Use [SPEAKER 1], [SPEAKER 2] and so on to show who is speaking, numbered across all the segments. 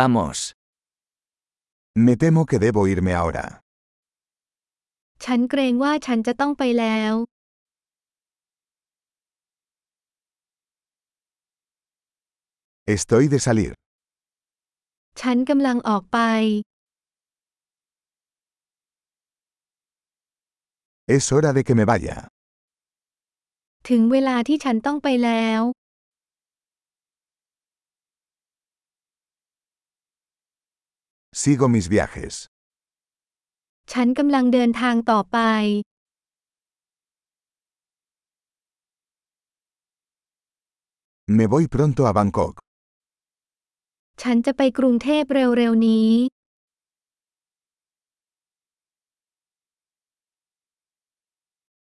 [SPEAKER 1] Vamos.
[SPEAKER 2] Me temo que debo irme ahora.
[SPEAKER 3] ฉันเกรงว่าฉันจะต้องไปแล้ว
[SPEAKER 2] Estoy de salir.
[SPEAKER 3] ฉันกำลังออกไป
[SPEAKER 2] Es hora de que me vaya.
[SPEAKER 3] ถึงเวลาที่ฉันต้องไปแล้ว
[SPEAKER 2] Sigo mis viajes.
[SPEAKER 3] ฉันกำลังเดินทางต่อไป
[SPEAKER 2] Me voy pronto a Bangkok.
[SPEAKER 3] ฉันจะไปกรุงเทพเร็วๆนี้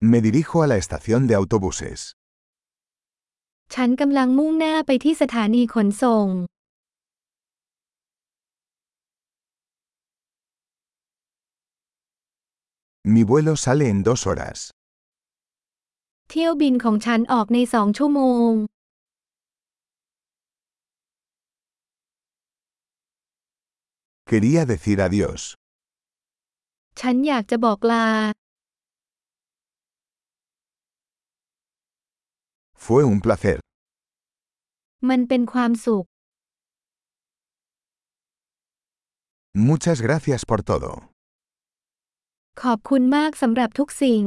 [SPEAKER 2] Me dirijo a la estación de autobuses.
[SPEAKER 3] ฉันกำลังมุ่งหน้าไปที่สถานีขนส่ง
[SPEAKER 2] Mi vuelo sale en dos horas.
[SPEAKER 3] เที่ยวบินของฉันออกในสองชั่วโมง
[SPEAKER 2] Quería decir adiós.
[SPEAKER 3] ฉันอยากจะบอกลา
[SPEAKER 2] Fue un placer.
[SPEAKER 3] มันเป็นความสุข
[SPEAKER 2] Muchas gracias por todo.
[SPEAKER 3] ขอบคุณมากสำหรับทุกสิ่ง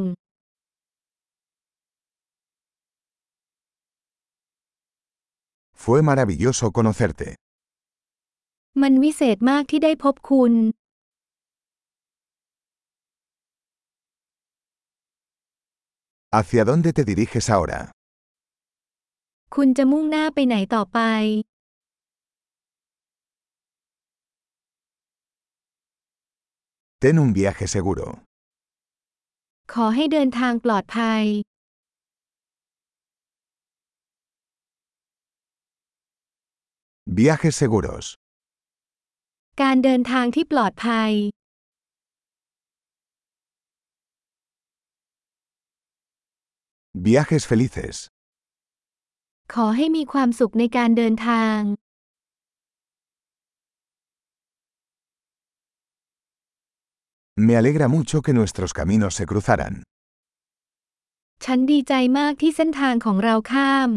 [SPEAKER 2] Fue maravilloso conocerte.
[SPEAKER 3] มันวิเศษมากที่ได้พบคุณ
[SPEAKER 2] ¿Hacia dónde te diriges ahora?
[SPEAKER 3] คุณจะมุ่งหน้าไปไหนต่อไป
[SPEAKER 2] Ten un viaje seguro.
[SPEAKER 3] ขอให้เดินทางปลอดภัย
[SPEAKER 2] Viajes seguros.
[SPEAKER 3] การเดินทางที่ปลอดภัย
[SPEAKER 2] Viajes felices.
[SPEAKER 3] ขอให้มีความสุขในการเดินทาง
[SPEAKER 2] Me alegra mucho que nuestros caminos se cruzaran.
[SPEAKER 3] ฉันดีใจมากที่เส้นทางของเราข้าม